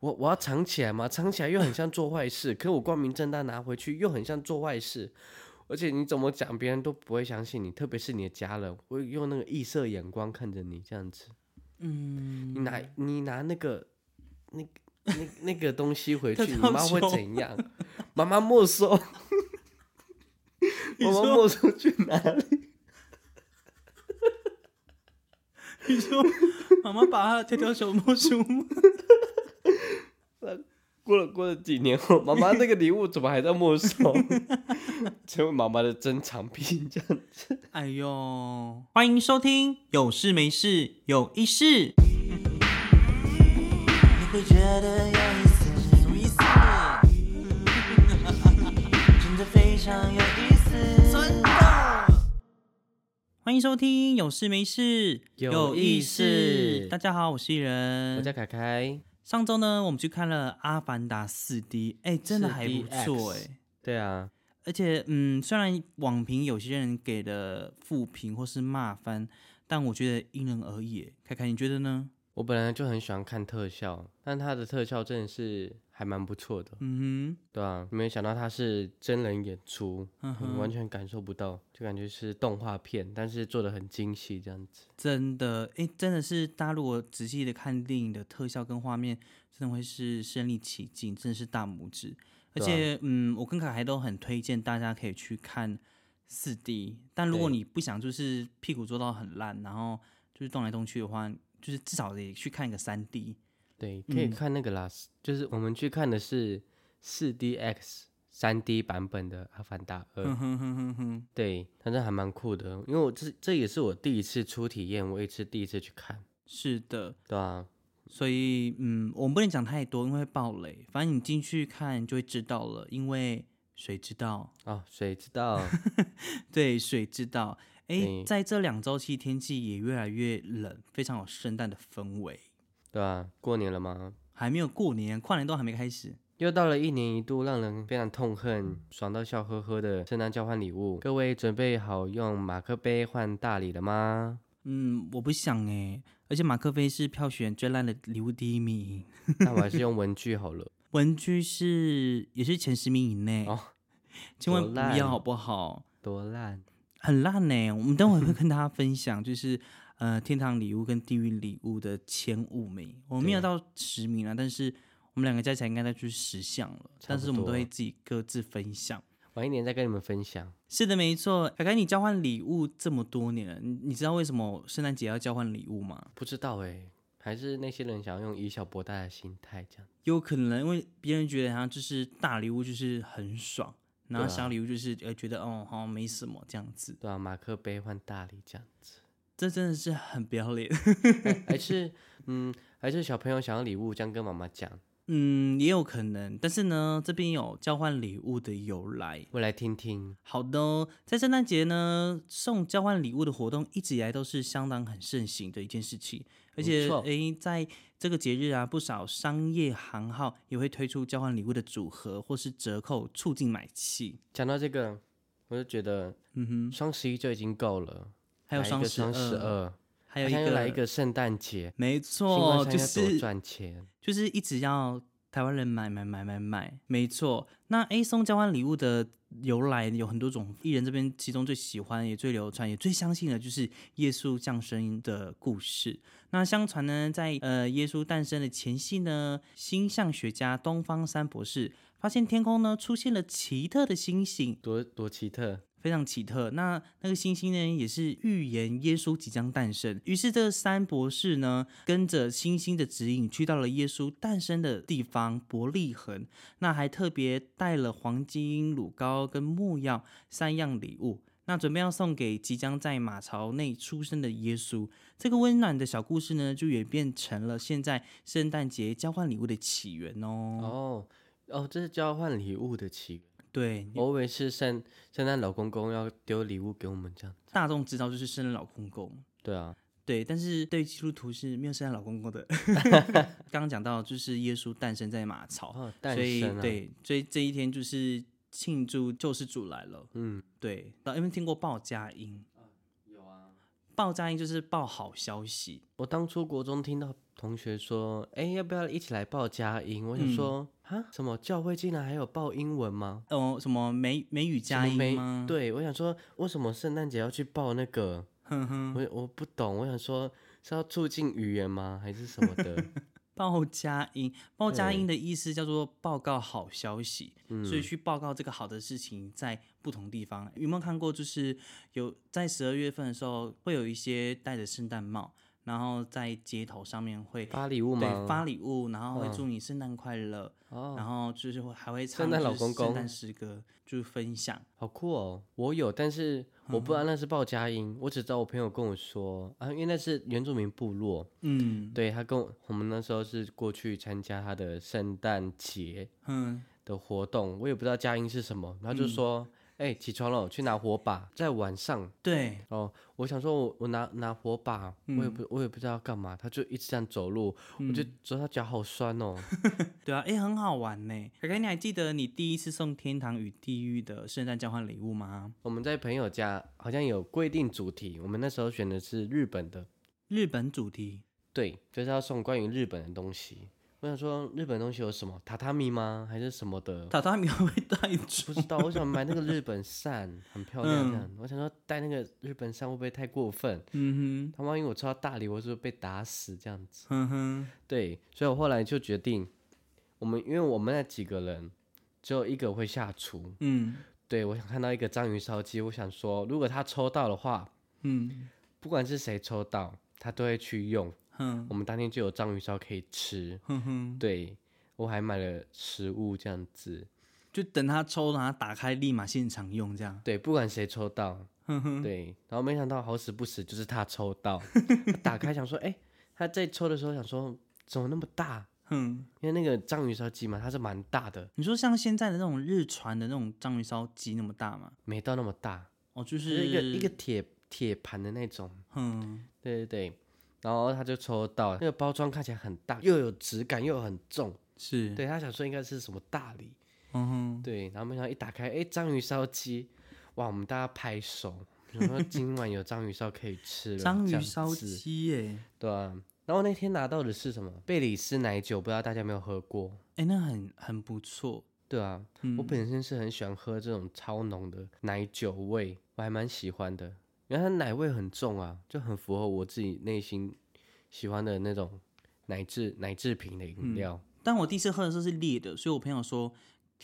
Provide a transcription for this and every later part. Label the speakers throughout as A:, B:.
A: 我我要藏起来嘛，藏起来又很像做坏事，可我光明正大拿回去又很像做坏事，而且你怎么讲别人都不会相信你，特别是你的家人会用那个异色眼光看着你这样子。 嗯，你拿你拿那个那那那个东西回
B: 他
A: 去，你
B: 这样
A: 妈会
B: 说
A: 怎样？妈妈没收，
B: 你
A: 妈妈
B: 说
A: 没收去哪里？
B: 你说妈妈把她的跳跳球没收吗？
A: 过了过了几年后，妈妈那个礼物怎么还在没收？ 成为妈妈的珍藏品这样子。
B: 哎呦，欢迎收听《有事没事有一事》。
C: 你会觉得有意思，有意思，真的非常有意思，真的。
B: 欢迎收听《有事没事
A: 有意思
B: 大家好，我是艺
A: 我
B: 人
A: 叫。凯凯，
B: 上周呢，我们去看了《阿凡达》四 D，哎，真的还不
A: 4DX
B: 错哎、
A: 对啊，
B: 而且，嗯，虽然网评有些人给的负评或是骂翻，但我觉得因人而异欸。凯凯，你觉得呢？
A: 我本来就很喜欢看特效，但它的特效真的是还蛮不错的，
B: 嗯
A: 对啊，没想到它是真人演出，
B: 哼，嗯
A: 你
B: 哼，
A: 完全感受不到，就感觉是动画片，但是做的很精细这样子。
B: 真的，哎、真的是大家如果仔细的看电影的特效跟画面，真的会是身临其境，真的是大拇指。而
A: 对啊
B: 且，嗯，我跟凯凯都很推荐大家可以去看四 D，但如果
A: 对
B: 你不想就是屁股坐到很烂，然后就是动来动去的话，就是至少得去看个三 D。
A: 对，可以
B: 嗯
A: 看那个啦，就是我们去看的是四 D X 三 D 版本的《阿凡达二》，
B: 嗯哼哼哼哼哼，
A: 对，但是还蛮酷的，因为我这这也是我第一次初体验，我也是第一次去看，
B: 是的。
A: 对啊，
B: 所以，嗯，我们不能讲太多，因为会爆雷。反正你进去看就会知道了，因为谁知道？
A: 哦，谁知 道？
B: 对，谁知道？诶，
A: 对
B: 在这两周期天气也越来越冷，非常有圣诞的氛围。
A: 对啊，过年了吗？
B: 还没有过年，跨年都还没开始。
A: 又到了一年一度让人非常痛恨、爽到笑呵呵的圣诞交换礼物，各位准备好用马克杯换大礼了吗？
B: 嗯，我不想诶，而且马克菲是票选最烂的礼物第一名，
A: 那我还是用文具好了。
B: 文具是也是前十名以内，
A: 哦
B: 千万
A: 多
B: 不
A: 烂
B: 要好不好？
A: 多烂！
B: 很烂呢、我们等会 会跟大家分享，就是呃，天堂礼物跟地狱礼物的前五名，我们没有
A: 对
B: 到十名啊，但是我们两个加起来应该在去十项了，
A: 差
B: 但
A: 不
B: 是我们都
A: 多
B: 会自己各自分享。
A: 晚一年再跟你们分享。
B: 是的，没错。凯凯，你交换礼物这么多年了，你你知道为什么圣诞节要交换礼物吗？
A: 不知道哎、还是那些人想要用以小博大的心态这样。
B: 有可能因为别人觉得好像就是大礼物就是很爽，然后
A: 对啊
B: 小礼物就是呃觉得哦好像没什么这样子，
A: 对啊，马克杯换大礼这样子，
B: 这真的是很不要脸。
A: 还是嗯，还是小朋友想要礼物，这样跟妈妈讲，
B: 嗯，也有可能，但是呢，这边有交换礼物的由来。
A: 我来听听。
B: 好的哦，在圣诞节呢，送交换礼物的活动一直以来都是相当很盛行的一件事情，而且
A: 没错
B: 诶，在这个节日啊，不少商业行号也会推出交换礼物的组合或是折扣，促进买气。
A: 讲到这个，我就觉得
B: 嗯哼，
A: 双十一就已经够了，
B: 还有
A: 来一
B: 双
A: 个
B: 十
A: 双十，二，
B: 还有
A: 好像
B: 一
A: 又
B: 个
A: 来一，个圣诞节，
B: 没
A: 新官商
B: 错，哦就
A: 要多
B: 是
A: 赚钱。
B: 就是一直要台湾人买买买买买，没错。那 A 送交换礼物的由来有很多种，艺人这边其中最喜欢、也最流传、也最相信的就是耶稣降生的故事。那相传呢，在呃耶稣诞生的前夕呢，星象学家东方三博士发现天空呢出现了奇特的星星，
A: 多多奇特，
B: 非常奇特。那那个星星呢，也是预言耶稣即将诞生。于是这三博士呢，跟着星星的指引，去到了耶稣诞生的地方伯利恒。那还特别带了黄金、乳膏跟木药三样礼物。那准备要送给即将在马槽内出生的耶稣，这个温暖的小故事呢，就演变成了现在圣诞节交换礼物的起源哦。
A: 哦哦，这是交换礼物的起源。
B: 对，
A: 我以为是圣圣诞老公公要丢礼物给我们这样。
B: 大众知道就是圣诞老公公，
A: 对啊，
B: 对，但是对基督徒是没有圣诞老 公公的。刚刚讲到，就是耶稣诞生在马槽，
A: 哦，诞
B: 所以
A: 生啊，，
B: 对，所以这一天就是庆祝救世主来了。
A: 嗯，
B: 嗯对，有没有听过鲍家英？有啊。报佳音就是报好消息，
A: 我当初国中听到同学说，哎、要不要一起来报佳音？我
B: 嗯
A: 想说，啊、什么教会竟然还有报英文吗？
B: 哦、什么美美语佳
A: 什么没
B: 音吗？，
A: 对，我想说，为什么圣诞节要去报那个？
B: 哼哼，
A: 我我不懂，我想说是要促进语言吗，还是什么的？
B: 报佳音，报佳音
A: 对
B: 的意思叫做报告好消息，
A: 嗯
B: 所以去报告这个好的事情在不同地方。有没有看过？就是有在十二月份的时候，会有一些戴着圣诞帽，然后在街头上面会
A: 发礼物吗？ 哦
B: 对发礼物，然后会祝你圣诞快乐，然后就是会还会唱
A: 圣诞
B: 就是
A: 老 公公
B: 圣诞诗歌，就是分享。
A: 好酷哦！我有，但是我不知道那是报佳音，我只知道我朋友跟我说啊，因为那是原住民部落，
B: 嗯
A: 对他跟我我们那时候是过去参加他的圣诞节
B: 嗯，
A: 的活动，我也不知道佳音是什么，然后就说，哎、起床了，去拿火把，在晚上
B: 对，
A: 哦，我想说我我拿拿火把，我也不我也不知道要干嘛，他就一直这样走路，我就觉得他脚好酸哦，
B: 对啊，哎、很好玩呢。凯凯，你还记得你第一次送天堂与地狱的圣诞交换礼物吗？
A: 我们在朋友家好像有规定主题，我们那时候选的是日本的，
B: 日本主题，
A: 对，就是要送关于日本的东西。我想说日本东西有什么榻榻米吗？还是什么的？
B: 榻榻米会带
A: 不
B: 出。
A: 知道，我想买那个日本扇，很漂亮这
B: 嗯
A: 样。我想说带那个日本扇会不会太过分？
B: 嗯
A: 他万一我抽到大礼，我是不是被打死这样子
B: 哼，？哼哼，
A: 对，所以我后来就决定，我们因为我们那几个人只有一个会下厨，
B: 嗯
A: 对我想看到一个章鱼烧鸡，我想说如果他抽到的话，
B: 嗯
A: 不管是谁抽到，他都会去用。
B: 哼
A: 我们当天就有章鱼烧可以吃。
B: 哼嗯哼，
A: 对我还买了食物这样子，
B: 就等他抽，然后打开，立马现场用这样。
A: 对，不管谁抽到，
B: 哼哼，
A: 对，然后没想到好死不死就是他抽 到，他打开想说，哎、他在抽的时候想说怎么那么大？
B: 哼，
A: 因为那个章鱼烧鸡嘛，它是蛮大的，
B: 你说像现在的那种日传的那种章鱼烧鸡那么大吗？
A: 没到那么大，
B: 哦，就
A: 就是
B: 是
A: 一个一个，铁铁盘的那种，
B: 嗯
A: 对对对。然后他就抽到那个包装看起来很大，又有质感又很重，
B: 是，
A: 对他想说应该是什么大礼，
B: 嗯哼，
A: 对，然后没想到一打开，哎，章鱼烧鸡，哇，我们大家拍手，然 后今晚有章鱼烧可以吃了，
B: 章
A: 这
B: 鱼
A: 样
B: 烧
A: 子，
B: 鸡耶，
A: 对啊。然后那天拿到的是什么？贝里斯奶酒，不知道大家有没有喝过？
B: 哎，那很很不错，
A: 对啊，
B: 嗯
A: 我本身是很喜欢喝这种超浓的奶酒味，我还蛮喜欢的，因为它奶味很重啊，就很符合我自己内心喜欢的那种奶制奶制品的
B: 嗯
A: 饮料。
B: 但我第一次喝的时候是烈的，所以我朋友说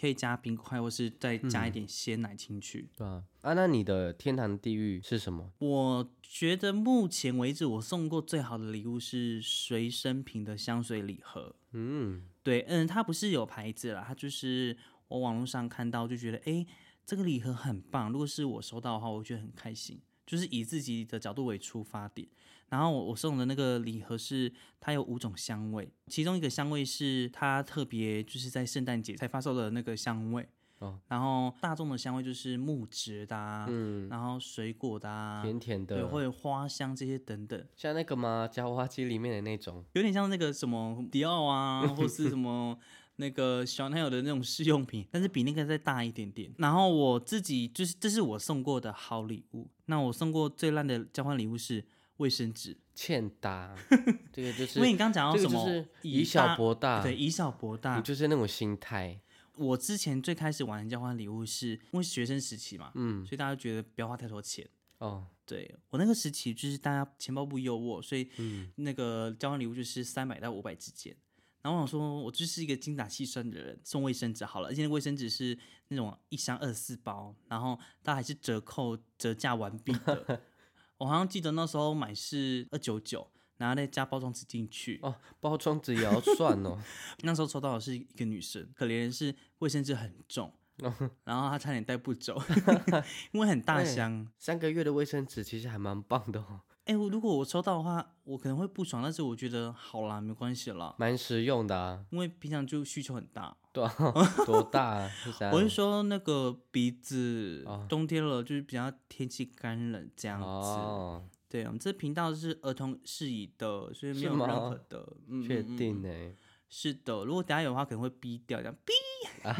B: 可以加冰块，或是再加一点鲜奶进去。
A: 对啊，啊，那你的天堂地狱是什么？
B: 我觉得目前为止我送过最好的礼物是随身瓶的香水礼盒。
A: 嗯，
B: 对，嗯，它不是有牌子啦，它就是我网络上看到就觉得，哎，这个礼盒很棒。如果是我收到的话，我会觉得很开心。就是以自己的角度为出发点，然后我我送的那个礼盒是它有五种香味，其中一个香味是它特别就是在圣诞节才发售的那个香味，
A: 哦，
B: 然后大众的香味就是木质的、啊，嗯，然后水果的、啊，
A: 甜甜
B: 对，
A: 的，
B: 或者花香这些等等，
A: 像那个吗？夹娃娃机里面的那种，
B: 有点像那个什么迪奥 啊，或是什么那个 Chanel 的那种试用品，但是比那个再大一点点。然后我自己就是这是我送过的好礼物，那我送过最烂的交换礼物是卫生纸，
A: 欠打， 这个就是
B: 因为你刚刚讲到
A: 这
B: 什
A: 个就
B: 么、
A: 是以小博大，
B: 对，以小博大
A: 你。就是那种心态，
B: 我之前最开始玩交换礼物是因为学生时期嘛，
A: 嗯，
B: 所以大家觉得不要花太多钱。
A: 哦，
B: 对我那个时期，就是大家钱包不优渥，所以
A: 嗯
B: 那个交换礼物就是三百到五百之间。然后我想说，我就是一个精打细算的人，送卫生纸好了，而且那个卫生纸是那种一箱二十四包，然后它还是折扣折价完毕 的。我好像记得那时候买是二九九，然后再加包装纸进去。
A: 哦，包装纸也要算 哦，
B: 那时候抽到的是一个女生，可怜的是卫生纸很重，
A: 哦
B: 然后她差点带 不走，因为很大
A: 对
B: 箱。
A: 三个月的卫生纸其实还蛮棒的哦，
B: 哎、我如果我抽到的话，我可能会不爽，但是我觉得好啦，没关系啦，
A: 蛮实用的啊，
B: 因为平常就需求很大。
A: 对 啊，多大啊？是啥？
B: 我是说那个鼻子，
A: 哦
B: 冬天了就是比较天气干冷这样子。
A: 哦，
B: 对，我们这频道是儿童适宜的，所以没
A: 是
B: 有任
A: 吗
B: 何的。嗯，
A: 确
B: 嗯嗯
A: 定呢、
B: 是的，如果等下有的话，可能会逼掉，这样逼。嗯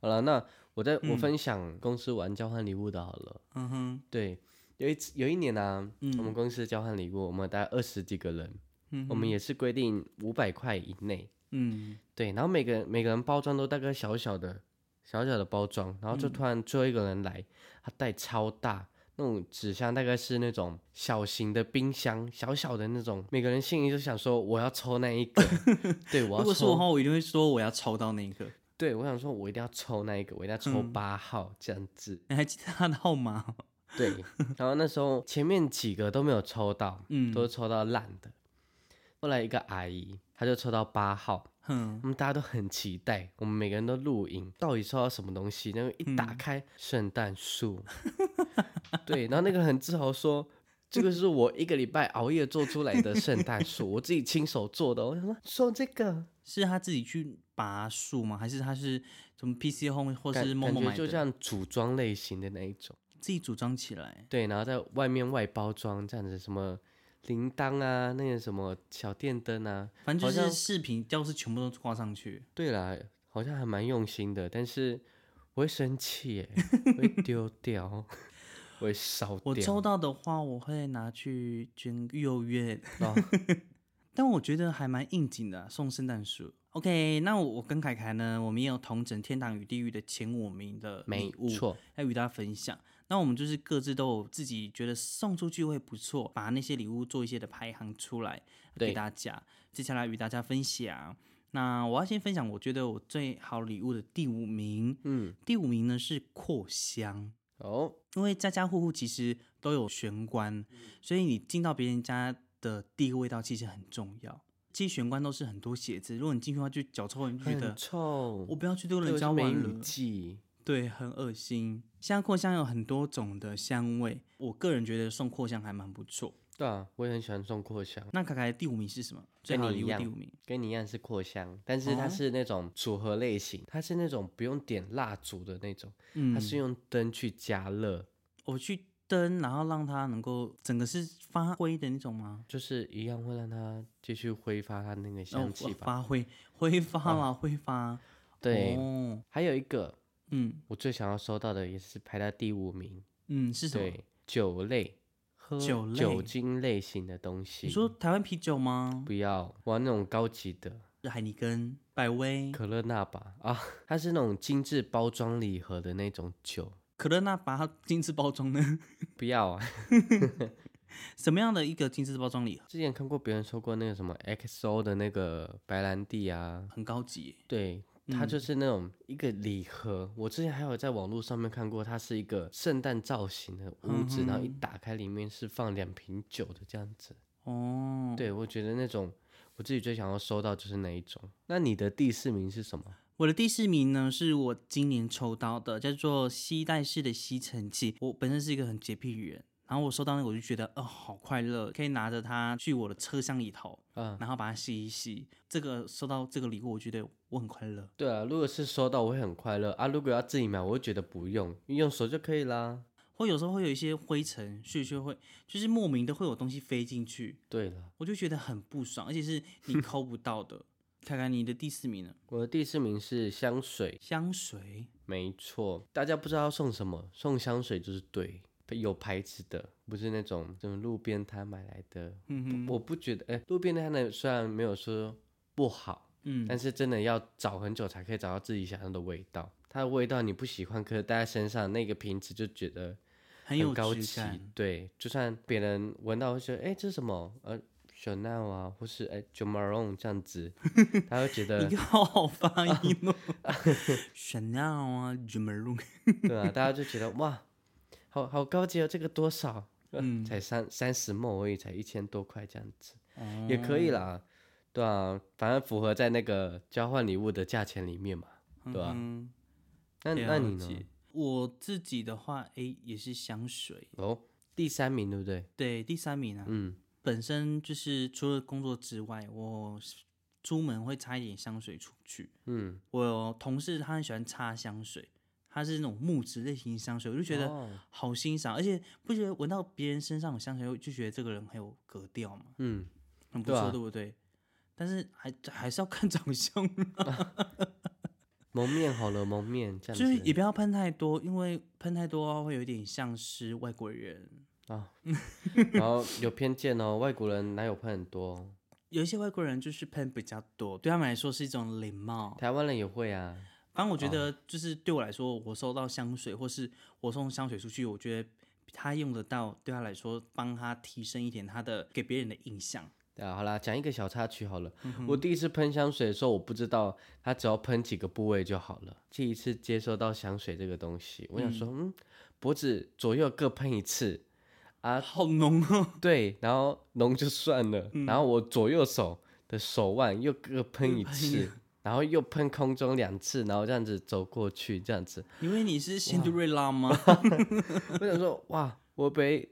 A: 好了，那我再我分享公司玩交换礼物的好了，
B: 嗯哼，
A: 对。有一次有一年啊，我们公司交换礼物，我们大概二十几个人，
B: 嗯
A: 我们也是规定五百块以内，
B: 嗯，
A: 对，然后每个人每个人包装都大概小小的小小的包装，然后
B: 嗯
A: 就突然最后一个人来，他带超大那种纸箱，大概是那种小型的冰箱，小小的那种，每个人心里就想说我要抽那一个， 对，我
B: 如
A: 要
B: 果是我的
A: 抽，
B: 话，我一定会说我要抽到那一个。
A: 对我想说我一定要抽那一个，我一定要抽
B: 嗯
A: 八号、这样子，
B: 你还记得他的号码吗？
A: 对，然后那时候前面几个都没有抽到，
B: 嗯，
A: 都抽到烂的。后来一个阿姨，她就抽到八号，
B: 哼
A: 我们大家都很期待，我们每个人都录影，到底抽到什么东西？然后一
B: 嗯
A: 打开，圣诞树， 对，然后那个人很自豪说。这个是我一个礼拜熬夜做出来的圣诞树，我自己亲手做的哦。我想说，送这个
B: 是他自己去拔树吗？还是他是从 PC Home 或
A: 感
B: 是某
A: 感
B: 某
A: 觉
B: 买
A: 就
B: 的？
A: 像组装类型的那一种，
B: 自己组装起来。
A: 对，然后在外面外包装这样子，什么铃铛啊，那个什么小电灯啊，
B: 反正就
A: 好
B: 是
A: 像
B: 饰品吊饰全部都挂上去，
A: 对啦，好像还蛮用心的，但是我会生气耶，我会丢掉， 我会烧掉。
B: 我抽到的话，我会拿去捐幼儿园，
A: 哦
B: 但我觉得还蛮应景的啊、送圣诞树。OK，那我我跟凯凯呢，我们也有同整天堂与地狱的前五名的
A: 没
B: 礼物，
A: 错，
B: 要与大家分享。那我们就是各自都有自己觉得送出去会不错，把那些礼物做一些的排行出来
A: 对
B: 给大家。接下来与大家分享。那我要先分享，我觉得我最好礼物的第五名，
A: 嗯，
B: 第五名呢是扩香。
A: 哦，
B: 因为家家户户其实都有玄关，所以你进到别人家的第一个味道其实很重要。其实玄关都是很多鞋子，如果你进去的话就脚臭，你就觉
A: 很
B: 得
A: 臭，
B: 我不要去丢
A: 特
B: 人
A: 别
B: 家
A: 是梅
B: 玩
A: 雨
B: 了，
A: 季，
B: 对，很恶心。像扩香有很多种的香味，我个人觉得送扩香还蛮不错。
A: 对啊，我也很喜欢送扩香，
B: 那凯凯的第五名是什么？最
A: 跟
B: 好的
A: 你
B: 礼
A: 一
B: 物
A: 样
B: 第五名，
A: 跟你一样是扩香，但是它
B: 哦
A: 是那种组合类型，它是那种不用点蜡烛的那种，
B: 嗯
A: 它，是用灯去加热，
B: 我去灯，然后让它能够整个是发灰的那种吗？
A: 就是一样会让它继续挥发它那个
B: 然
A: 香
B: 后
A: 气吧。
B: 哦
A: 哦
B: 发灰， 挥发啦，挥发。
A: 对，
B: 哦，
A: 还有一个
B: 嗯
A: 我最想要收到的也是排在第五名，
B: 嗯，是什么？
A: 对，酒类，喝
B: 酒类
A: 精类型的东西。
B: 你说台湾啤酒吗？
A: 不要玩那种高级的
B: 是海尼根、百威、
A: 可乐那吧啊，它是那种精致包装礼盒的那种酒，
B: 可乐那把它 精致包装呢？
A: 不要啊！
B: 什么样的一个精致包装礼盒？
A: 之前看过别人说过那个什么 XO 的那个白兰地啊，
B: 很高级耶，
A: 对。
B: 嗯
A: 它就是那种一个礼盒，我之前还有在网络上面看过，它是一个圣诞造型的屋
B: 嗯
A: 子，然后一打开里面是放两瓶酒的这样子。
B: 哦。，
A: 对，我觉得那种我自己最想要收到就是那一种。那你的第四名是什么？
B: 我的第四名呢，是我今年抽到的，叫做吸带式的吸尘器。我本身是一个很洁癖的人，然后我收到那个我就觉得，哦，好快乐，可以拿着它去我的车厢里头，
A: 嗯，
B: 然后把它吸一吸。这个收到这个礼物，我觉得我很快乐。
A: 对啊，如果是收到我会很快乐啊，如果要自己买，我会觉得不用，因为用手就可以啦。
B: 或有时候会有一些灰尘，屑屑会，就是莫名的会有东西飞进去，
A: 对了，
B: 我就觉得很不爽，而且是 你抠不到的。看看你的第四名呢，
A: 我的第四名是香水，
B: 香水，
A: 没错，大家不知道要送什么，送香水就是对，有牌子的，不是那种什么路边摊买来的。
B: 嗯
A: 不我不觉得，哎、路边摊的虽然没有说不好，
B: 嗯，
A: 但是真的要找很久才可以找到自己想要的味道。它的味道你不喜欢，可是戴在身上那个瓶子就觉得
B: 很有
A: 高
B: 质
A: 级
B: 感，。
A: 对，就算别人闻到会说，哎、这是什么？呃，Chanel 啊，或是哎 Jo Malone 这样子，他会 觉
B: 你
A: 得
B: 给，我好好发音 哦，Chanel 啊 j u m a r o n
A: 对啊，大家就觉得哇，好好高级哦，这个多少？呃
B: 嗯
A: 才三三十毛而已，才一千多块这样子，
B: 哦
A: 也可以啦。对啊，反正符合在那个交换礼物的价钱里面嘛。对啊
B: 嗯，
A: 那那你呢？？
B: 我自己的话，诶，也是香水。
A: 哦，第三名对不对？
B: 对，第三名啊，
A: 嗯，
B: 本身就是除了工作之外，我出门会擦一点香水出去。
A: 嗯，
B: 我有同事他很喜欢擦香水，他是那种木质类型香水，我就觉得
A: 哦
B: 好欣赏，而且不觉得闻到别人身上有香水味，就觉得这个人很有格调嘛，
A: 嗯，
B: 很不
A: 对
B: 错，
A: 啊
B: 对不对？但是还还是要看长相，
A: 蒙面好了，蒙面这样
B: 就是
A: 子。
B: 也不要喷太多，因为喷太多会有一点像是外国人。
A: 啊，然后有偏见哦，外国人男友喷很多哦，
B: 有一些外国人就是喷比较多，对他们来说是一种礼貌。
A: 台湾人也会啊，
B: 反正我觉得，就是对我来说，我收到香水或是我送香水出去，我觉得他用得到，对他来说帮他提升一点他的给别人的印象。
A: 啊，好啦，讲一个小插曲好了。我第一次喷香水的时候，我不知道它只要喷几个部位就好了。第一次接收到香水这个东西，我想说，嗯，脖子左右各喷一次，
B: 啊，好 浓哦！
A: 对，然后浓就算了，然后我左右手的手腕又各喷一
B: 喷一
A: 次，然后又喷空中两次，然后这样子走过去，这样子，
B: 因为你是仙杜瑞拉吗？
A: 我想说，哇，我被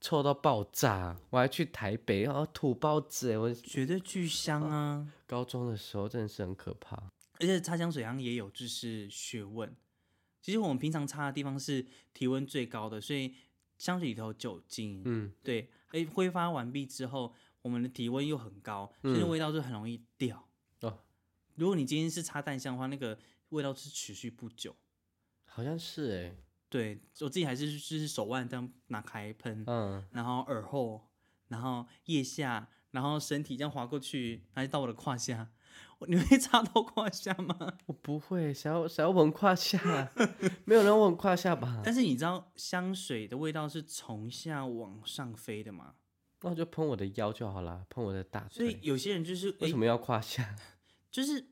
A: 臭到爆炸，我还去台北然后吐包子欸，我
B: 绝对巨香啊！
A: 高中的时候真的是很可怕。
B: 而且擦香水好像也有就是学问。其实我们平常擦的地方是体温最高的，所以香水里头有酒精，
A: 嗯，
B: 对，哎，挥发完毕之后，我们的体温又很高，所以
A: 嗯
B: 味道就很容易掉。
A: 哦
B: 如果你今天是擦淡香的话，那个味道是持续不久。
A: 好像是哎、
B: 对我自己还是就是手腕这样拿开喷，
A: 嗯，
B: 然后耳后，然后腋下，然后身体这样滑过去，然后就到我的胯下。 我你会擦到胯下吗？
A: 我不会，谁要谁要闻胯下？ 没有人闻胯下吧？
B: 但是你知道香水的味道是从下往上飞的吗？
A: 那我就喷我的腰就好啦，喷我的大
B: 所以
A: 腿。
B: 有些人就是
A: 为
B: 诶
A: 什么要胯下？
B: 就是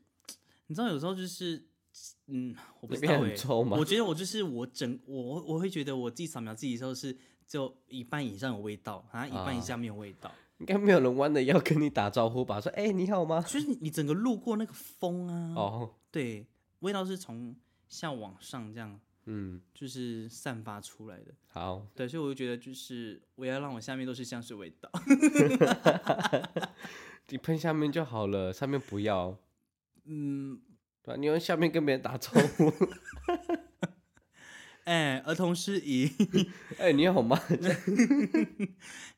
B: 你知道，有时候就是，嗯，我不
A: 那
B: 知
A: 边
B: 道、
A: 很
B: 欸、
A: 臭吗
B: 我觉得我就是我整我我会觉得我自己扫描自己的时候是就一半以上有味道，啊，一半以
A: 啊
B: 下没有味道。
A: 应该没有人弯着腰跟你打招呼吧？说哎、你好吗？
B: 就是你你整个路过那个风啊，
A: 哦，
B: 对，味道是从下往上这样
A: 嗯，
B: 就是散发出来的。
A: 好，
B: 对，所以我就觉得就是我要让我下面都是香水味道。
A: 你喷下面就好了，上面不要。
B: 嗯，
A: 对吧、啊你用下面跟别人打招呼，
B: 哎、儿童适宜，
A: 哎、你好吗？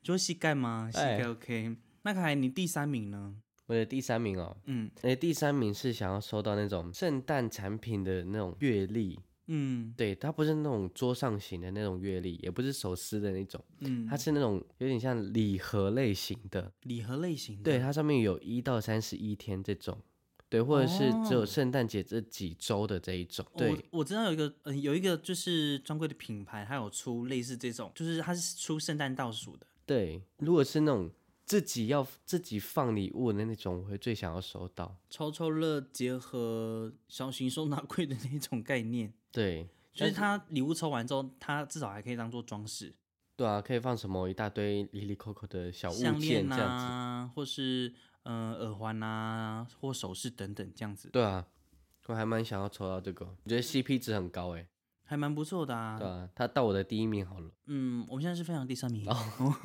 B: 就膝盖吗？膝
A: 哎
B: 盖 OK。那凯，你第三名呢？
A: 我的第三名哦，
B: 嗯
A: 哎、第三名是想要收到那种圣诞产品的那种月历，
B: 嗯
A: 对，它不是那种桌上型的那种月历，也不是手撕的那种，
B: 嗯，
A: 它是那种有点像礼盒类型的，
B: 礼盒类型的，
A: 对，它上面有一到三十一天这种，对，或者是只有
B: 哦
A: 圣诞节这几周的这一种，
B: 哦
A: 对，
B: 我我知道有一个，嗯，有一个就是专柜的品牌，它有出类似这种，就是它是出圣诞倒数的。
A: 对。如果是那种自己要自己放礼物的那种，我会最想要收到，
B: 抽抽乐结合小型收纳柜的那种概念，
A: 对，
B: 就
A: 但
B: 是
A: 是
B: 它礼物抽完之后，它至少还可以当做装饰，
A: 对啊，可以放什么一大堆里里扣扣的小物
B: 项
A: 件
B: 链
A: 这样子，
B: 啊，或是呃耳环啊，或首饰等等这样子，
A: 对啊，我还蛮想要抽到这个，我觉得 CP 值很高哎、
B: 还蛮不错的嗯啊。
A: 对啊，它到我的第一名好了，
B: 嗯，我们现在是分享第三名。
A: 哦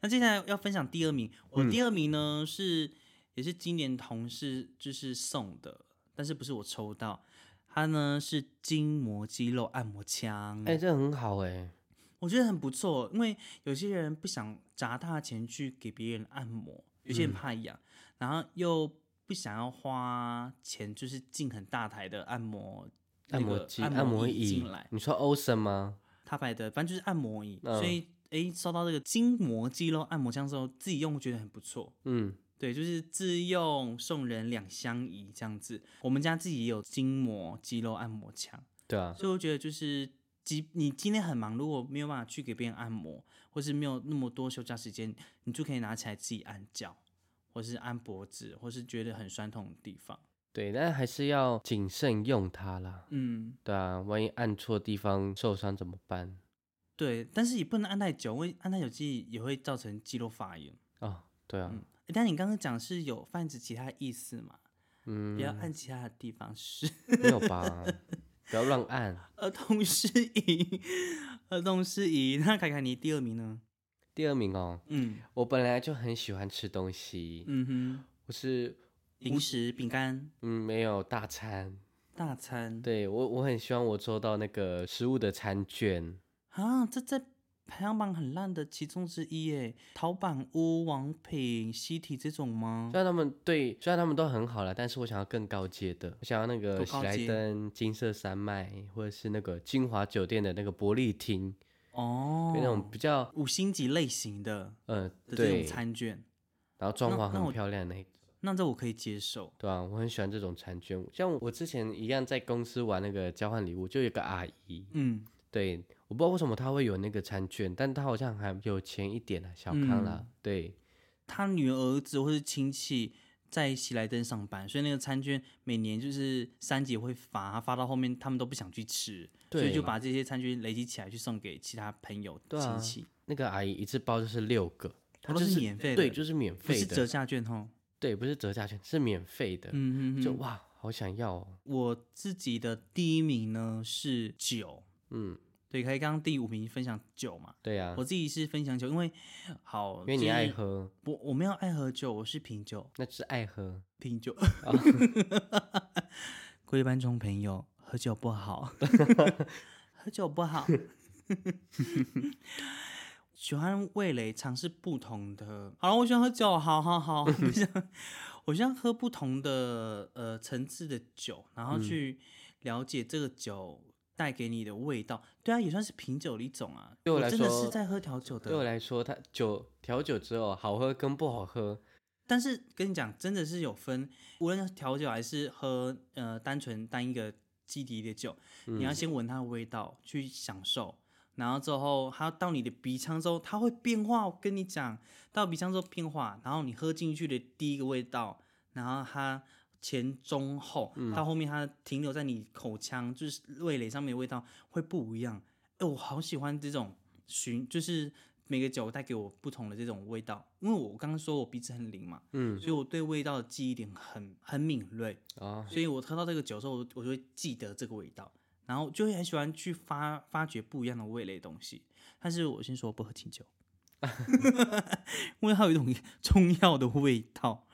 B: 那接下来要分享第二名，我
A: 嗯
B: 第二名呢、是也是今年同事就是送的，但是不是我抽到，它呢是筋膜肌肉按摩枪，
A: 哎、这很好哎、
B: 我觉得很不错，因为有些人不想砸大钱去给别人按摩，有
A: 嗯
B: 些人怕痒，然后又不想要花钱，就是进很大台的按摩。
A: 按
B: 那个
A: 摩机、
B: 按摩
A: 椅
B: 进来，
A: 你说欧森吗？
B: 他摆的，反正就是按摩椅，
A: 嗯
B: 所以诶，收到这个筋膜肌肉按摩枪之后，自己用觉得很不错。
A: 嗯，
B: 对，就是自用送人两相宜这样子。我们家自己也有筋膜肌肉按摩枪，
A: 对啊，
B: 所以我觉得就是，即你今天很忙，如果没有办法去给别人按摩，或是没有那么多休假时间，你就可以拿起来自己按脚，或是按脖子，或是觉得很酸痛的地方。
A: 对，但还是要谨慎用它啦。
B: 嗯，
A: 对啊，万一按错地方受伤怎么办？
B: 对，但是也不能按太久，因为按太久自己也会造成肌肉发炎。
A: 哦，对啊，
B: 欸但你刚刚讲是有泛指其他意思嘛？
A: 嗯，
B: 不要按其他的地方是
A: 没有吧？不要乱按。
B: 儿童适宜，儿童适宜。那凯凯你第二名呢？
A: 第二名哦，
B: 嗯
A: 我本来就很喜欢吃东西，
B: 嗯哼，
A: 我是
B: 零食、饼干、
A: 嗯没有大餐，
B: 大餐。
A: 对我我很希望我抽到那个食物的餐券，
B: 啊，这在排行榜很烂的其中之一耶。淘宝屋、王品、西体这种吗
A: 虽？然他们对虽然他们都很好了，但是我想要更高阶的，我想要那个
B: 多
A: 喜
B: 高
A: 来
B: 阶
A: 登金色山脉，或者是那个金华酒店的那个伯利厅。
B: 哦，
A: 对那种比较
B: 五星级类型的
A: 呃
B: 的这
A: 对
B: 种，餐券，
A: 然后装
B: 那
A: 潢
B: 那
A: 很
B: 我
A: 漂亮那一
B: 那这我可以接受。
A: 对啊，我很喜欢这种餐券。像我之前一样在公司玩那个交换礼物，就有一个阿姨，
B: 嗯，
A: 对，我不知道为什么她会有那个餐券，但她好像还有钱一点啊，小康
B: 嗯
A: 啦。对，
B: 他女儿、儿子或是亲戚在喜来登上班，所以那个餐券每年就是三姐会发，发到后面他们都不想去吃，所以
A: 对
B: 就把这些餐券累积起来去送给其他朋友、
A: 对啊
B: 亲戚，
A: 那个阿姨一次包就是六个，她
B: 都
A: 就是
B: 免费的
A: 对，就是免
B: 不
A: 费
B: 是折
A: 的，
B: 价券吼。
A: 对，不是折价券，是免费的。
B: 嗯嗯嗯，
A: 就哇，好想要哦。
B: 我自己的第一名呢是酒，
A: 嗯，
B: 对，可以刚刚第五名分享酒嘛，
A: 对啊
B: 我，自己是分享酒，因为好，
A: 因为你
B: 就是
A: 爱喝，
B: 我我没有爱喝酒，我是品酒，
A: 那就是爱喝。
B: 品酒。各位观众朋友，喝酒不好，喝酒不好。喜欢味蕾，尝试不同的。好了，我喜欢喝酒，好好好， 我想，我想喝不同的呃层次的酒，然后去了解这个酒带给你的味道。对啊，也算是品酒的一种啊。
A: 对我来
B: 真的
A: 说
B: 是在喝调酒的。
A: 对我来说，它酒调酒之后好喝跟不好喝，
B: 但是跟你讲，真的是有分，无论是调酒还是喝呃单纯单一个基底的酒，你要先闻它的味道去享受，然后之后它到你的鼻腔之后，它会变化。我跟你讲，到鼻腔之后变化，然后你喝进去的第一个味道，然后它前中后、到后面它停留在你口腔就是味蕾上面的味道会不一样。哎，我好喜欢这种寻，就是每个酒带给我不同的这种味道，因为我刚刚说我鼻子很灵嘛，
A: 嗯，
B: 所以我对味道的记忆点很很敏锐，
A: 啊，
B: 所以我喝到这个酒的时候，我我就会记得这个味道，然后就会很喜欢去发发掘不一样的味蕾的东西。但是我先说我不喝清酒， 因为它有一种中药的味道。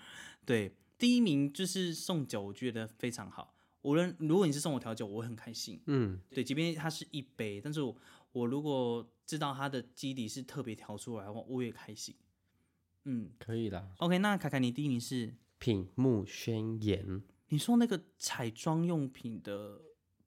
B: 对，第一名就是送酒，我觉得非常好。无论如果你是送我调酒，我会很开心。
A: 嗯，
B: 对，即便它是一杯，但是我我如果知道它的基底是特别调出来的话，我也开心。嗯
A: 可以啦。
B: ，OK，那凯凯，你第一名是
A: 品目宣言
B: 你说那个彩妆用品的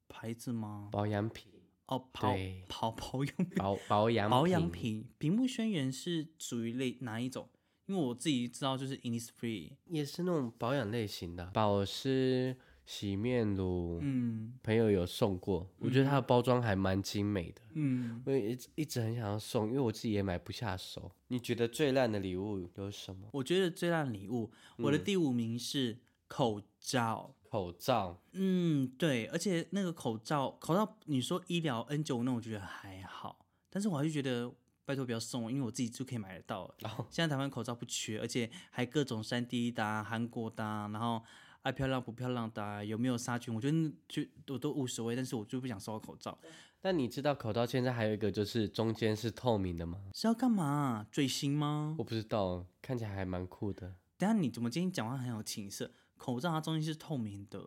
B: 牌子吗？
A: 保养品，
B: 哦，跑
A: 对
B: 跑保养品，
A: 保保养
B: 保养品。屏幕宣言是属于类哪一种？因为我自己知道就是 Innisfree，
A: 也是那种保养类型的，啊保湿洗面乳，
B: 嗯
A: 朋友有送过，我觉得它的包装还蛮精美的，
B: 嗯，
A: 我也一直一直很想要送，因为我自己也买不下手。你觉得最烂的礼物有什么？
B: 我觉得最烂礼物，我的第五名是口罩。
A: 口罩，
B: 嗯，对，而且那个口罩，口罩你说医疗 N 九那我觉得还好，但是我还是觉得拜托不要送我，因为我自己就可以买得到了。
A: 然后
B: 现在台湾口罩不缺，而且还各种三 D 的、啊、韩国的啊、然后爱漂亮不漂亮的啊、有没有杀菌，我觉得就我都无所谓，但是我就不想收到口罩，
A: 那你知道口罩现在还有一个就是中间是透明的吗？
B: 是要干嘛、追星吗
A: 我？不知道，看起来还蛮酷的。
B: 等一下你怎么今天讲话很有情色？口罩它中间是透明的，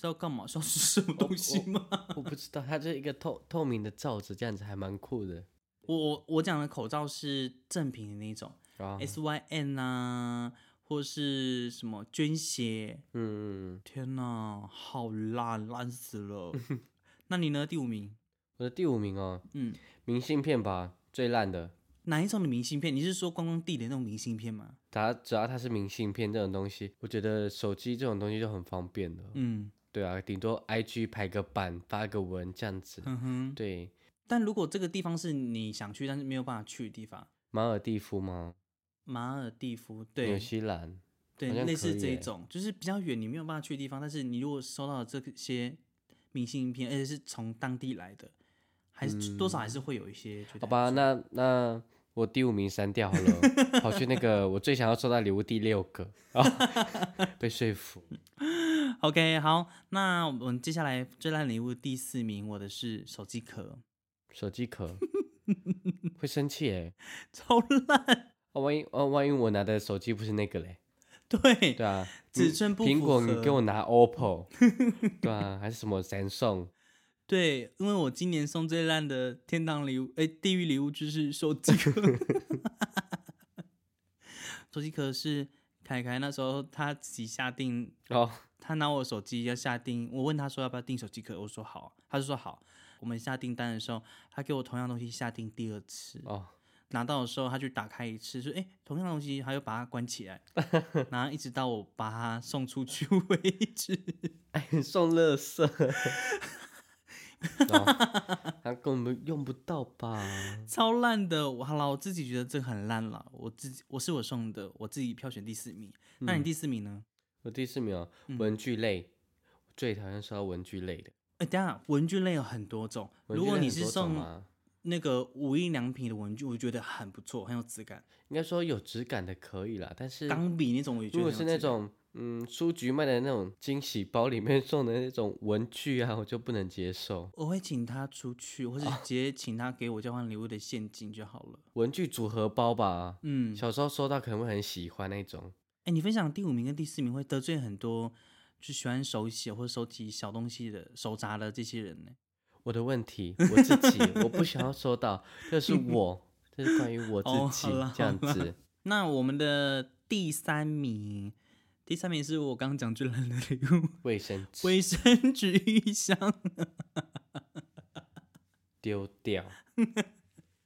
B: 是要干嘛？是要是什么东西吗？
A: 哦 我不知道，它就是一个透透明的罩子，这样子还蛮酷的。
B: 我我我讲的口罩是正品的那一种。
A: 然 后，
B: S Y N 啊，或是什么捐血，
A: 嗯，嗯嗯
B: 天哪，好烂，烂死 了。那你呢？第五名，
A: 我的第五名哦，
B: 嗯，
A: 明信片吧，最烂的。
B: 哪一种的明信片？你是说观光地的那种明信片吗？
A: 它只要它是明信片这种东西，我觉得手机这种东西就很方便了。
B: 嗯
A: 对啊，顶多 IG 拍个版，发个文这样子。
B: 哼嗯哼。
A: 对，
B: 但如果这个地方是你想去但是没有办法去的地方，
A: 马尔蒂夫吗？
B: 马尔蒂夫，
A: 纽
B: 对
A: 西兰。
B: 对
A: 好，像
B: 类似
A: 可以
B: 这一
A: 耶
B: 种，就是比较远你没有办法去的地方，但是你如果收到这些明信片，而且是从当地来的，还是、多少还是会有一些觉得
A: 嗯好吧，那那我第五名删掉好 了，跑去那个我最想要收到礼物第六个 啊，被说服。
B: OK，好，那我们接下来最烂礼物第四名，我的是手机壳，
A: 手机壳会生气哎、
B: 超烂，
A: 哦，万一哦，万一我拿的手机不是那个嘞？
B: 对，
A: 对啊，
B: 尺
A: 你
B: 寸不
A: 苹
B: 符
A: 果你
B: 合
A: 给我拿 OPPO，对 啊，还是什么 Samsung？
B: 对，因为我今年送最烂的天堂礼物，哎，地狱礼物就是手机壳， 手机壳是凯凯那时候他自己下定
A: 哦，
B: 他拿我手机要下定，我问他说要不要订手机壳，我说好，他就说好。我们下订单的时候，他给我同样东西下订第二次，
A: 哦，
B: 拿到的时候他去打开一次，说哎、诶同样东西，他又把它关 起来，然后一直到我把它送出去 为止。
A: 哎，送垃圾。哦、他根本用不到吧？
B: 超烂的，我好了，我自己觉得这个很烂了。我自己我是我送的，我自己票选第四名。那你
A: 嗯
B: 第四名呢？
A: 我第四名哦，
B: 嗯
A: 文具类，我最讨厌收到文具类的。
B: 哎、等一下文具类有很多种，
A: 文
B: 如
A: 具
B: 果
A: 类
B: 你
A: 很
B: 是
A: 多种
B: 送
A: 啊，
B: 那个无印良品的文具，我觉得很不错，很有质感。
A: 应该说有质感的可以啦，但是
B: 钢笔那种我也觉
A: 如
B: 得
A: 果
B: 很有
A: 是那
B: 质感
A: 种嗯书局卖的那种惊喜包里面送的那种文具啊，我就不能接受。
B: 我会请他出去，
A: 哦
B: 或是直接请他给我交换礼物的现金就好了。
A: 文具组合包吧，
B: 嗯，哎、
A: 小时候收到可能会很喜欢那种。
B: 你分享第五名跟第四名会得罪很多就喜欢手写或者手提小东西的手札的这些人呢、
A: 我的问题，我自己，我不想要收到，这是我，这是关于我
B: 哦
A: 自己、
B: 好啦
A: 这样
B: 好啦
A: 子。
B: 那我们的第三名，第三名是我刚刚讲最烂的礼物——
A: 卫生纸
B: 卫生纸一箱。
A: 丢掉，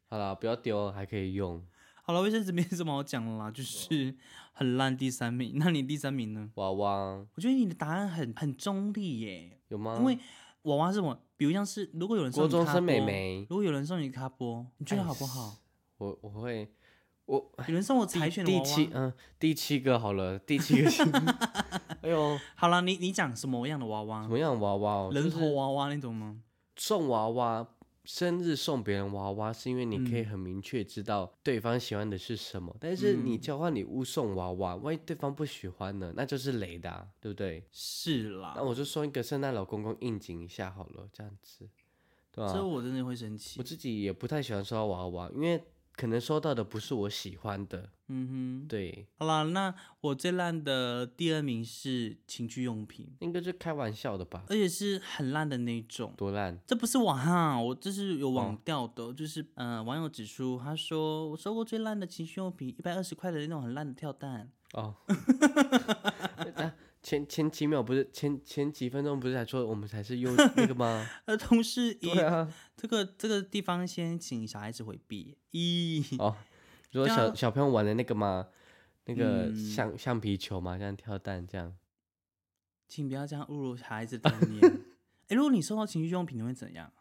A: 好啦，不要丢哦了，还可以用。
B: 好了，卫生纸没什么好讲了啦，就是很烂。第三名，那你第三名呢？
A: 娃娃
B: 我觉得你的答案很很中立耶，
A: 有吗？
B: 因为娃娃是我，比如像是如果有人送
A: 国
B: 你
A: 中
B: 咖
A: 生妹
B: 波
A: 妹哎
B: 如果有人送你咖波，你觉得好不好？
A: 我我会我
B: 有人送我柴
A: 第
B: 犬的
A: 哎第
B: 娃
A: 七
B: 娃。
A: 嗯、第七个好了，第七个， 哎呦，
B: 好了，你你讲什么样的娃
A: 什
B: 娃？
A: 么样的娃娃哦？
B: 人
A: 就是
B: 头娃娃那种吗？
A: 送娃娃，生日送别人娃娃，是因为你可以
B: 嗯
A: 很明确知道对方喜欢的是什么。但是你
B: 嗯
A: 交换礼物送娃娃，万一对方不喜欢呢，那就是雷的啊、对不对？
B: 是啦
A: 那，我就送一个圣诞老公公应景一下好了，这样子，对吧、
B: 这啊我真的会生气
A: 我。自己也不太喜欢收到娃娃，因为可能收到的不是我喜欢的。
B: 嗯哼，
A: 对，
B: 好啦，那我最烂的第二名是情趣用品，
A: 应该是开玩笑的吧？
B: 而且是很烂的那种。
A: 多烂！
B: 这不是网哈，我这是有网
A: 哦
B: 调的，就是呃，网友指出，他说我收过最烂的情趣用品，一百二十块的那种很烂的跳蛋。
A: 哦，那前前几秒不是前前几分钟不是还说我们才是优那个吗？
B: 儿童是以、
A: 对啊，
B: 这个这个地方先请小孩子回避。咦，
A: 哦，如果
B: 对
A: 小
B: 啊
A: 小朋友玩的那个嘛，那个
B: 嗯
A: 橡橡皮球嘛，这样跳蛋这样，
B: 请不要这样侮辱小孩子的 童年。哎，如果你收到情趣用品，你会怎样？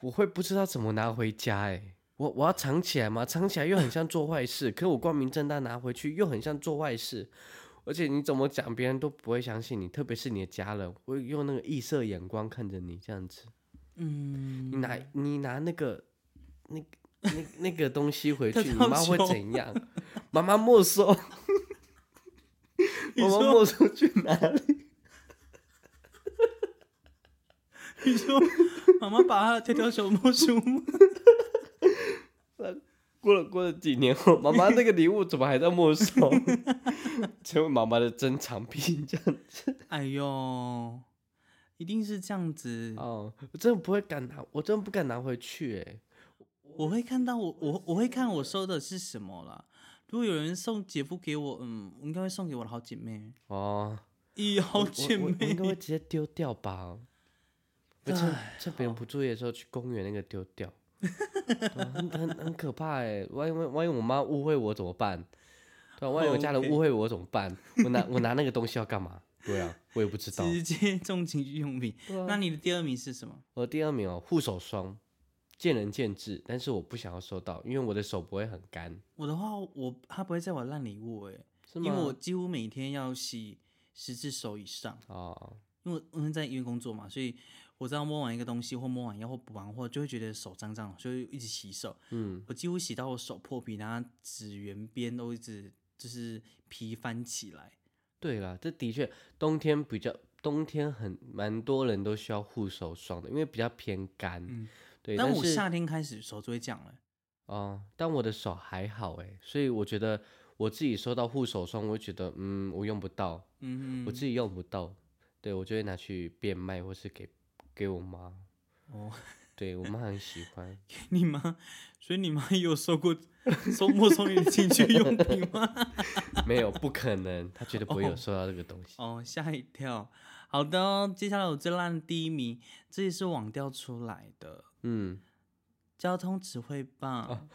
A: 我会不知道怎么拿回家哎、我我要藏起来嘛，藏起来又很像做坏事， 可我光明正大拿回去又很像做坏事，而且你怎么讲别人都不会相信你，特别是你的家人会用那个异色眼光看着你这样子。
B: 嗯，
A: 你拿你拿那个那个那那个东西回
B: 跳
A: 去，你
B: 跳
A: 妈会
B: 球
A: 怎样？妈妈没收， 妈
B: 你
A: 妈
B: 说
A: 没收去哪里？
B: 你说妈妈把他的跳跳球没收吗？
A: 过了过了几年后，妈妈那个礼物怎么还在没收？成为妈妈的珍藏品这样子。
B: 哎呦，一定是这样子。
A: 哦，我真的不会敢拿，我真的不敢拿回去哎、
B: 我会看到我我我会看我收的是什么啦。如果有人送姐夫给我，嗯，我应该会送给我的好姐妹。
A: 哦，
B: 咦，好
A: 我
B: 姐
A: 我我应该会
B: 妹，
A: 直接丢掉吧。我趁趁别人不注意的时候去公园那个丢掉，对啊很很很可怕哎、万一万万一我妈误会我怎么办？对啊，万一我家人
B: OK
A: 误会我怎么办？我拿我拿那个东西要干嘛？对啊，我也不知道。
B: 直接送情趣用品。
A: 对啊
B: 那你的第二名是什么？
A: 我第二名哦，护手霜，见仁见智，但是我不想要收到，因为我的手不会很干，
B: 我的话，我他不会在我烂礼物诶、
A: 是
B: 因
A: 吗？
B: 为我几乎每天要洗十只手以上，
A: 哦，
B: 因为我因为在医院工作嘛，所以我只要摸完一个东西或摸完药或补完货，就会觉得手脏脏，所以一直洗手。
A: 嗯，
B: 我几乎洗到我手破皮，然后指缘边都一直就是皮翻起来。
A: 对啦，这的确冬天比较，冬天很蛮多人都需要护手霜的，因为比较偏干。
B: 嗯
A: 对，
B: 但
A: 但
B: 我
A: 是
B: 夏天开始手就会这样了。
A: 哦，但我的手还好哎，所以我觉得我自己收到护手霜，我会觉得嗯，我用不到，
B: 嗯哼，
A: 我自己用不到，对我就会拿去变卖或是给给我妈，
B: 哦，
A: 对我妈很喜欢，
B: 你妈，所以你妈也有收过收没收你的情趣用品吗？
A: 没有不可能，她绝对不会有
B: 哦
A: 收到这个东西。
B: 哦，吓一跳。好的哦、接下来我最烂的第一名，这也是网调出来的。
A: 嗯，
B: 交通指挥
A: 哦
B: 棒。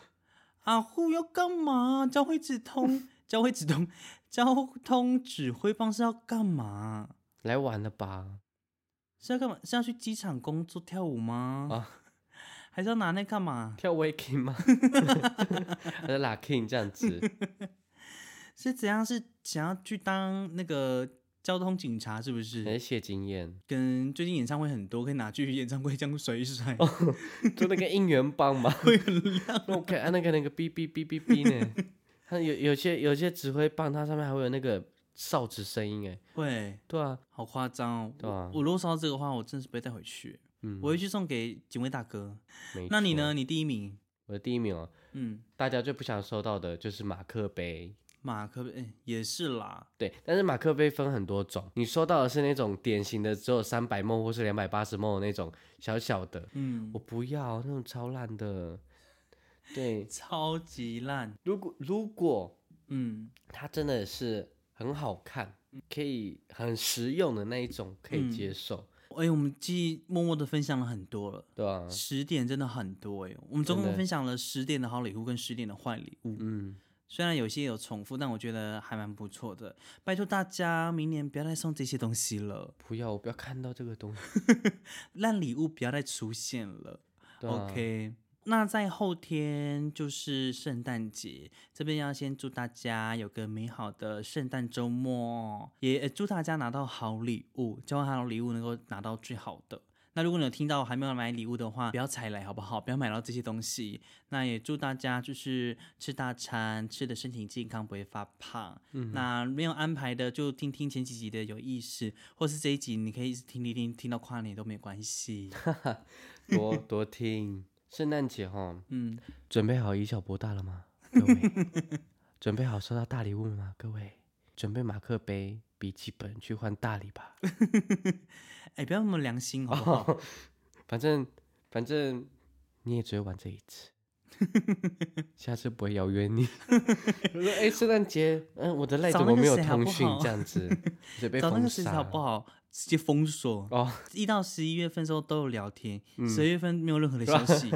B: 啊呼，要干嘛？交会指通， 交会指通，交通指挥棒是要干嘛？
A: 来晚了吧？
B: 是要干嘛？是要去机场工作跳舞吗？
A: 啊
B: 还是要拿那干嘛？
A: 跳 waking 吗？还是 locking 这样子？
B: 是怎样？是想要去当那个交通警察是不是？
A: 还是谢金燕？
B: 跟最近演唱会很多，可以拿去演唱会这样甩一甩，
A: 哦就那个应援棒吗？
B: 会很亮。
A: 那我看啊，那个那个哔哔哔哔哔呢？它有有些有些指挥棒，它上面还会有那个哨子声音哎。
B: 会，
A: 对啊，
B: 好夸张哦！
A: 对啊
B: 我我如果收到这个话，我真的是不会带回去，
A: 嗯，
B: 我会去送给警卫大哥。
A: 没
B: 那你
A: 错？
B: 呢？你第一名，
A: 我的第一名哦，
B: 嗯，
A: 大家最不想收到的就是马克杯。
B: 马克杯、哎也是啦，
A: 对，但是马克杯分很多种，你收到的是那种典型的只有三百梦或是两百八十梦的那种小小的，
B: 嗯，
A: 我不要那种超烂的。 对，
B: 超级烂，
A: 如果如果
B: 嗯，
A: 它真的是很好看，可以很实用的那一种，可以
B: 嗯
A: 接受，
B: 哎、我们记忆默默的分享了很多了。
A: 对吧？
B: 十点真的很多哎、我们总
A: 嗯真
B: 共
A: 的
B: 分享了十点的好礼物跟十点的坏礼物，
A: 嗯，
B: 虽然有些有重复，但我觉得还蛮不错的。拜托大家，明年不要再送这些东西了，
A: 不要，我不要看到这个东西。
B: 烂礼物不要再出现了。
A: 对啊
B: OK，那在后天就是圣诞节，这边要先祝大家有个美好的圣诞周末，也呃祝大家拿到好礼物，交换好礼物能够拿到最好的。那如果你有听到还没有买礼物的话，不要踩雷好不好？不要买到这些东西。那也祝大家就是吃大餐，吃的身体健康，不会发胖。
A: 嗯
B: 那没有安排的就听听前几集的有意思，或是这一集你可以一直听听听，听到跨年都没关系。
A: 多多听。圣诞节哈，
B: 嗯，
A: 准备好以小博大了吗？各位， 准备好收到大礼物了吗？各位，准备马克杯、笔记本去换大礼吧。
B: 哎、不要那么良心好不
A: 哦
B: 好？
A: 反正反正你也只会玩这一 次，下次不会邀约你。我说哎，圣诞节，嗯，我的赖
B: 找
A: 怎
B: 那
A: 么
B: 个
A: 没有
B: 谁好
A: 通
B: 不
A: 讯
B: 好
A: 这样子？准 备
B: 找那
A: 封
B: 个谁
A: 杀
B: 好不好？直接封锁。
A: 哦， 嗯
B: 一到十一月份的时候都有聊天，十、月份没有任何的消 息。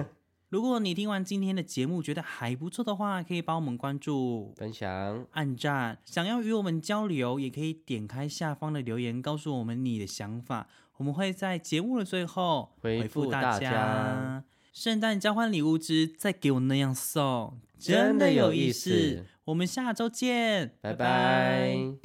B: 如果你听完今天的节目觉得还不错的话，可以帮我们关注、
A: 分享
B: 按赞。想要与我们交流，也可以点开下方的留言，告诉我们你的想法。我们会在节目的最后
A: 回复大
B: 家
A: 家。
B: 圣诞交换礼物之再给我那样送，
A: 真的有意思
B: 我们下周见，
A: 拜拜